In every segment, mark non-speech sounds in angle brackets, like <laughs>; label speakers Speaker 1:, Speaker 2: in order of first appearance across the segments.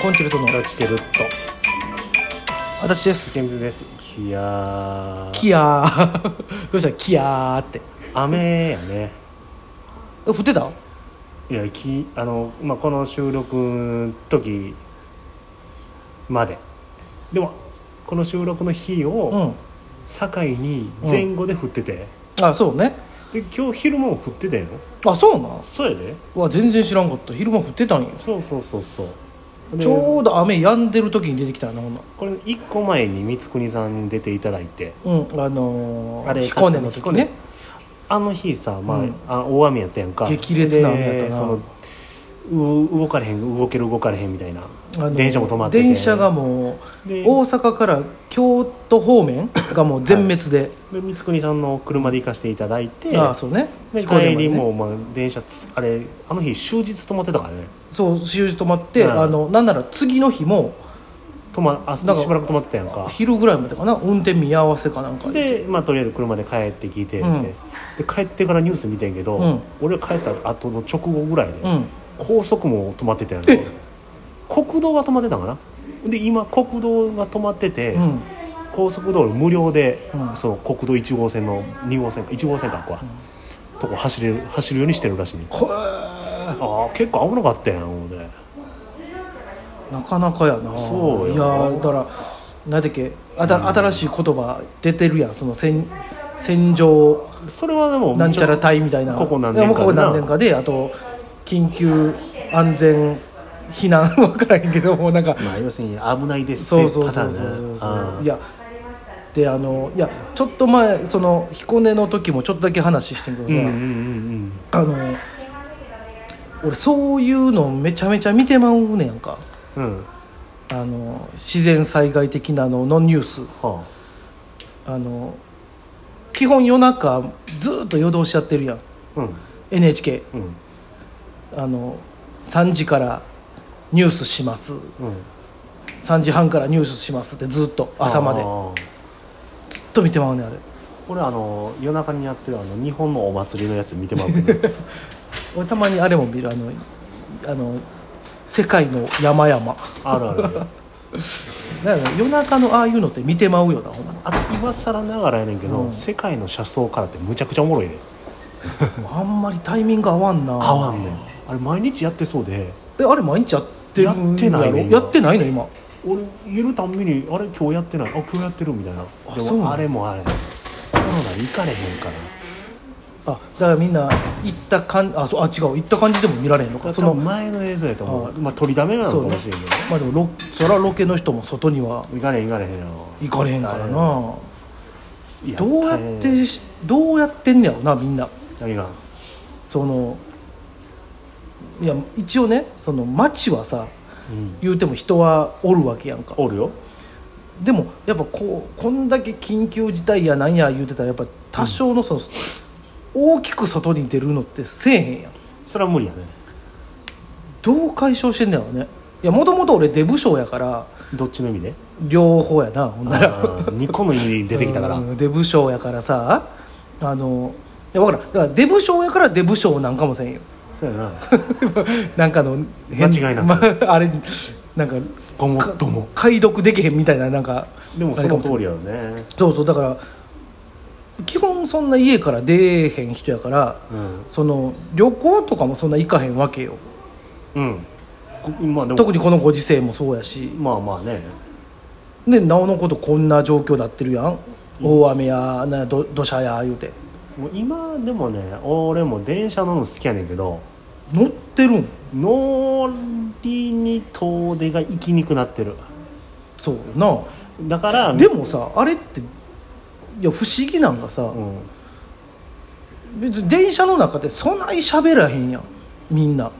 Speaker 1: コンチェルトのラチケルト私です
Speaker 2: 池水ですいやー
Speaker 1: キヤー <laughs> どうしたキヤーって
Speaker 2: 雨やね
Speaker 1: え降ってた
Speaker 2: いやきあの、まあ、この収録の時まででもこの収録の日
Speaker 1: う
Speaker 2: を
Speaker 1: ん
Speaker 2: 境に前後で降ってて、
Speaker 1: あそうね
Speaker 2: で今日昼も降ってたよ
Speaker 1: あそうなん
Speaker 2: そうやで
Speaker 1: うわ全然知らんかった昼間降ってたんよ
Speaker 2: そうそうそうそうで
Speaker 1: ちょうど雨止んでる時に出てきたよなほんな
Speaker 2: これ1個前に光圀さんに出ていただいて
Speaker 1: うんあのー、
Speaker 2: あれ
Speaker 1: 彦根の時ね
Speaker 2: あの日さ、まあ
Speaker 1: うん
Speaker 2: あ大雨やったやんか
Speaker 1: 激烈な雨やったな
Speaker 2: でそのう動かれへん動ける動かれへんみたいな、
Speaker 1: あのー
Speaker 2: 電車も止まってて
Speaker 1: 電車がもう
Speaker 2: で
Speaker 1: 大阪から京都方面がもう全滅で、
Speaker 2: で光圀さんの車で行かせていただいて
Speaker 1: ああそうね
Speaker 2: で
Speaker 1: 彦根まで
Speaker 2: 帰
Speaker 1: ね
Speaker 2: りも、まあ、電車つあれあの日終日止まってたからね
Speaker 1: そう終日止まって、
Speaker 2: うん
Speaker 1: あのなんなら次の日も
Speaker 2: 止まあし
Speaker 1: な
Speaker 2: ば
Speaker 1: んから
Speaker 2: く止まってたやんか
Speaker 1: 昼ぐらいまでかな運転見合わせかなんか
Speaker 2: で、まあ、とりあえず車で帰って聞いてって、
Speaker 1: うん
Speaker 2: で帰ってからニュース見てんけど、
Speaker 1: うん
Speaker 2: 俺が帰った後の直後ぐらいで、
Speaker 1: うん
Speaker 2: 高速も止まってたよね国道が止まってたんかなで今国道が止まってて、
Speaker 1: うん
Speaker 2: 高速道路無料で、
Speaker 1: うん
Speaker 2: その国道1号線の2号線か1号線かここは、とこ走れる走るようにしてるらしいね
Speaker 1: こ
Speaker 2: ああ結構危なかったやん思うて
Speaker 1: なかなかやな
Speaker 2: そ
Speaker 1: い
Speaker 2: うよ
Speaker 1: やーだから何だっけあた、新しい言葉出てるやんその戦戦場
Speaker 2: それはでも
Speaker 1: なんちゃら隊みたいな
Speaker 2: ここ何年かでな
Speaker 1: や
Speaker 2: い
Speaker 1: もうここ何年かであと緊急安全避難 <laughs> わからへんけどもうなんか
Speaker 2: まあ要するに危ないです
Speaker 1: そうそうそうそうそうそういやであのいやちょっと前その彦根の時もちょっとだけ話してんけど
Speaker 2: う
Speaker 1: さ、
Speaker 2: んうんうんうん
Speaker 1: あの俺そういうのめちゃめちゃ見てまうねやんか
Speaker 2: うんうん
Speaker 1: あの自然災害的なののニュース
Speaker 2: は
Speaker 1: あの基本夜中ずっと夜通しやってるやん
Speaker 2: あうん
Speaker 1: NHK
Speaker 2: うん
Speaker 1: あの3時からニュースします
Speaker 2: うん
Speaker 1: 3時半からニュースしますってずっと朝まで
Speaker 2: あー
Speaker 1: ずっと見てまうねんあれ
Speaker 2: 俺あの夜中にやってるあの日本のお祭りのやつ見てまうけど
Speaker 1: 俺たまにあれも見るあのあの世界の山々
Speaker 2: あるある
Speaker 1: なんやろ夜中のああいうのって見てまうよなほんま
Speaker 2: あと今更ながらやねんけど、
Speaker 1: うん
Speaker 2: 世界の車窓からってむちゃくちゃおもろいね
Speaker 1: あんまりタイミング合わんな
Speaker 2: 合わんねんあれ毎日やってそうで
Speaker 1: えあれ毎日やってるんやろ
Speaker 2: やってないね今
Speaker 1: やってないの今
Speaker 2: 俺いるたんびにあれ今日やってないあ今日やってるみたいな
Speaker 1: あ
Speaker 2: で
Speaker 1: そうなん
Speaker 2: もあれもあれコロナで行かれへんから
Speaker 1: あだからみんな行った感あそうあ違う行った感じでも見られへんの
Speaker 2: だから
Speaker 1: かそ
Speaker 2: 多
Speaker 1: の
Speaker 2: 分前の映像やと思
Speaker 1: あ
Speaker 2: うまあ撮りだめなのか
Speaker 1: そう
Speaker 2: も
Speaker 1: ね
Speaker 2: しれんけど
Speaker 1: まあでもロそらロケの人も外には
Speaker 2: 行かれへん行かれへんよ
Speaker 1: 行かれへんからな
Speaker 2: や
Speaker 1: どうやっ
Speaker 2: 大変
Speaker 1: てしどうやってんねやろなみんな
Speaker 2: 何が
Speaker 1: そのいや一応ねその街はさ
Speaker 2: うん
Speaker 1: 言うても人はおるわけやんか
Speaker 2: おるよ
Speaker 1: でもやっぱこうこんだけ緊急事態やなんや言うてたらやっぱ多少のその、大きく外に出るのってせえへんやん
Speaker 2: それは無理やね
Speaker 1: どう解消してんだろうねいやもともと俺デブ症やから
Speaker 2: どっちの意味で
Speaker 1: 両方やなほんなら
Speaker 2: <laughs> 2個の意味で出てきたから
Speaker 1: うんデブ症やからさあのいやわからんだからデブ症やからデブ症なんかもせんよ <laughs>
Speaker 2: そうやな
Speaker 1: なんかの
Speaker 2: 間違いなく
Speaker 1: まあれなんか
Speaker 2: ごもっとも
Speaker 1: 解読できへんみたいななんか
Speaker 2: でも
Speaker 1: あ
Speaker 2: そ
Speaker 1: れか
Speaker 2: の
Speaker 1: もし
Speaker 2: 通りやよね
Speaker 1: そうそうだから基本そんな家から出えへん人やから
Speaker 2: うん
Speaker 1: その旅行とかもそんな行かへんわけよ
Speaker 2: うんこまあでも
Speaker 1: 特にこのご時世もそうやし
Speaker 2: まあまあね
Speaker 1: でなおのことこんな状況になってるやん大雨やなど土砂や言うて
Speaker 2: もう今でもね俺も電車乗るの好きやねんけど
Speaker 1: 乗ってるん
Speaker 2: 乗りに遠出が行きにくなってる
Speaker 1: そうよな
Speaker 2: だから
Speaker 1: で、もさあれっていや不思議なんがさ、
Speaker 2: うん、
Speaker 1: 別に電車の中でそない喋らへんやんみんな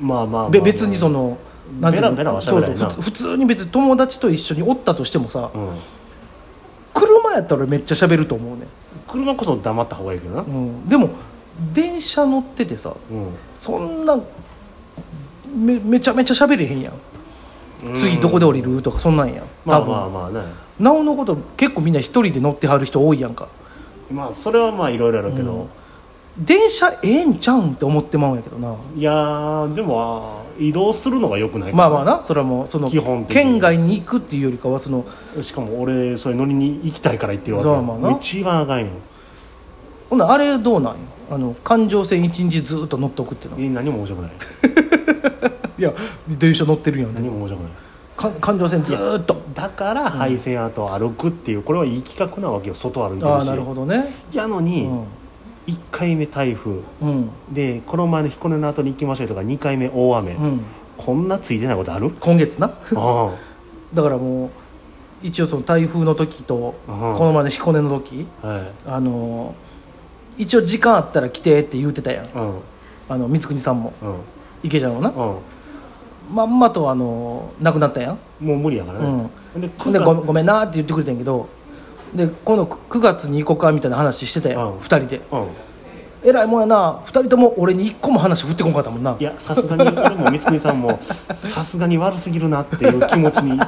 Speaker 2: まあまあまあ、まあ、
Speaker 1: べ別にそのなんていうの
Speaker 2: ベラベラは喋らへん
Speaker 1: そう
Speaker 2: な
Speaker 1: そうふつ普通に別に友達と一緒におったとしてもさ、
Speaker 2: うん、
Speaker 1: 車やったら俺めっちゃ喋ると思うね、
Speaker 2: 車こそ黙った方がいいけどな
Speaker 1: う、ん、でも電車乗っててさ
Speaker 2: うん
Speaker 1: そんなめめちゃめちゃ喋れへんやん次どこで降りるとかそんなんやん多
Speaker 2: まあ
Speaker 1: 分、
Speaker 2: まあまあね
Speaker 1: なおのこと結構みんな一人で乗ってはる人多いやんか
Speaker 2: まあそれはまあいろいろあるけど、
Speaker 1: 電車ええんちゃうんって思ってまうんやけどない
Speaker 2: やーでもあー移動するのが良くないか
Speaker 1: まあまあなそれはもうその
Speaker 2: 基本的に
Speaker 1: 県外に行くっていうよりかはその
Speaker 2: しかも俺それ乗りに行きたいから行ってるわけ
Speaker 1: そうまあな
Speaker 2: 一番あかんよ
Speaker 1: ほんならあれどうなんよあの環状線一日ずっと乗っとくっていうの
Speaker 2: え何も面白くない
Speaker 1: いや電車乗ってるやんって
Speaker 2: 何も面白くない
Speaker 1: か環状線ずーっと
Speaker 2: だから配線跡を歩くっていうこれはいい企画なわけよ外歩いて
Speaker 1: あ
Speaker 2: る
Speaker 1: あ
Speaker 2: し
Speaker 1: なるほどね
Speaker 2: やの
Speaker 1: う
Speaker 2: に、
Speaker 1: ん、
Speaker 2: 1回目台風
Speaker 1: うん
Speaker 2: でこの前の彦根の後に行きましょうとか2回目大雨、
Speaker 1: うん、
Speaker 2: こんなついてないことある
Speaker 1: 今月な
Speaker 2: あ
Speaker 1: だからもう一応その台風の時と
Speaker 2: あ
Speaker 1: この前の彦根の時
Speaker 2: あはい
Speaker 1: あの一応時間あったら来てって言うてたやん
Speaker 2: うんうん
Speaker 1: あの光國さんも池ちゃんもな
Speaker 2: うん
Speaker 1: まんまとあの亡くなったやん
Speaker 2: もう無理やからね、で
Speaker 1: ほんでごめんごめんなって言ってくれたんやけどで今度9月に行こうかみたいな話してたやん、
Speaker 2: うん
Speaker 1: 2人で
Speaker 2: うん、
Speaker 1: えらいもんやな2人とも俺に1個も話振ってこんかったもんない
Speaker 2: やさすがに俺も三國さんもさすがに悪すぎるなっていう気持ちに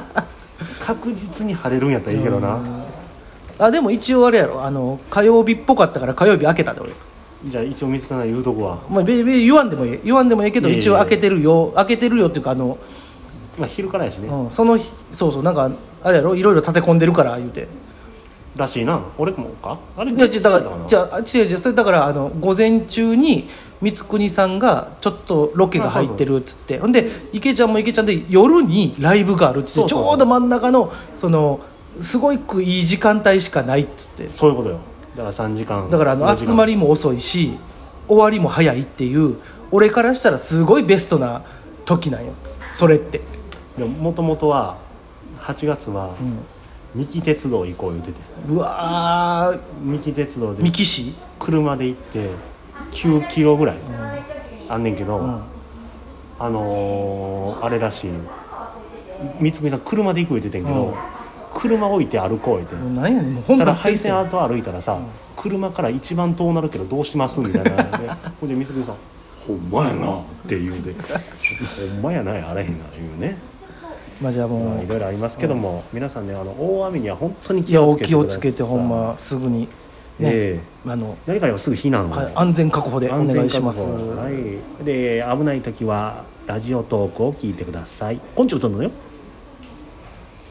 Speaker 2: 確実に晴れるんやったらいいけどな
Speaker 1: あでも一応あれやろあの火曜日っぽかったから火曜日開けたで俺、
Speaker 2: じゃあ一応三國さん言うとこは、
Speaker 1: まあ、べべ言わんでもええ言わんでもええけど
Speaker 2: いやいやい
Speaker 1: 一
Speaker 2: や
Speaker 1: 応開けてるよ開けてるよっていうかあの、
Speaker 2: まあ、昼からやしね、
Speaker 1: うん、その日そうそうなんかあれやろいろいろ立て込んでるから言うて
Speaker 2: らしいな俺もかあれ
Speaker 1: いやじゃだか
Speaker 2: な
Speaker 1: らじゃあ違う違うそれだからあの午前中に光国さんがちょっとロケが入ってるっつってほんで池ちゃんも池ちゃんで夜にライブがあるっつって
Speaker 2: そうそう
Speaker 1: ちょうど真ん中のそのすごくいい時間帯しかないっつって
Speaker 2: そういうことよだから3時間
Speaker 1: だからあの集ま
Speaker 2: り
Speaker 1: りも遅いし終わりも早いっていう俺からしたらすごいベストな時なんよそれって
Speaker 2: もともとは8月は三木鉄道行こう言うてて
Speaker 1: うわー
Speaker 2: 三木鉄道で
Speaker 1: 三木市
Speaker 2: 車で行って9キロぐらいあんねんけど、
Speaker 1: ん
Speaker 2: あのーあれらしい三つさん車で行く言うててんけど、
Speaker 1: うん
Speaker 2: 車置いて歩こう言うて、
Speaker 1: もう何やねんもう本
Speaker 2: ただ
Speaker 1: 番
Speaker 2: 配線跡歩いたらさ、車から一番遠なるけどどうしますみたい
Speaker 1: <laughs>
Speaker 2: なねほんで三つさん「ほんまやな」って言うて「ほんまやなやあれへんな」言うね
Speaker 1: まあじゃあもう、
Speaker 2: まあいろいろありますけども、皆さんねあの大雨には本当に
Speaker 1: い
Speaker 2: 気
Speaker 1: や
Speaker 2: を
Speaker 1: お
Speaker 2: つけて
Speaker 1: 気をつけ
Speaker 2: く
Speaker 1: て
Speaker 2: ださい
Speaker 1: ほんますぐにね、
Speaker 2: え
Speaker 1: あの、
Speaker 2: 何かあればすぐ避難を、
Speaker 1: はい、安全確保でお願いします
Speaker 2: 安全確保はい、で危ない時はラジオトークを聞いてください。コンチュルトンだよ